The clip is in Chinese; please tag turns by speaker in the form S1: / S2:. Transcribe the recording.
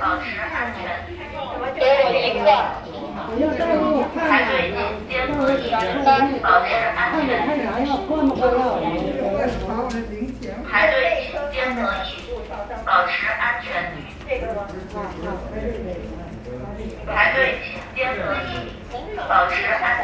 S1: 保持安全，给我一个排队进监测仪器，保持安全，排队进监测仪，保持安全，排队进监测仪，保持安